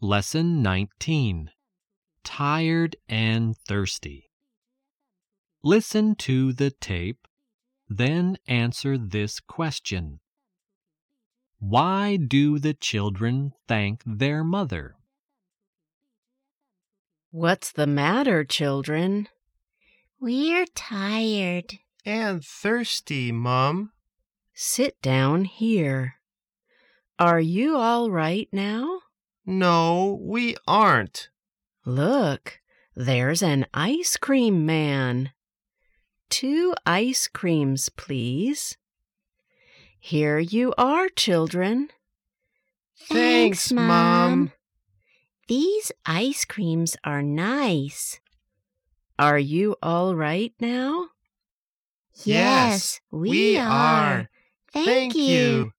Lesson 19 Tired and Thirsty. Listen to the tape, then answer this question Why do the children thank their mother? What's the matter, children? We're tired. And thirsty, Mum. Sit down here. Are you all right now? No, we aren't. Look, there's an ice cream man. Two ice creams, please. Here you are, children. Thanks, Mom. These ice creams are nice. Are you all right now? Yes, we are. Ah, Thank, you.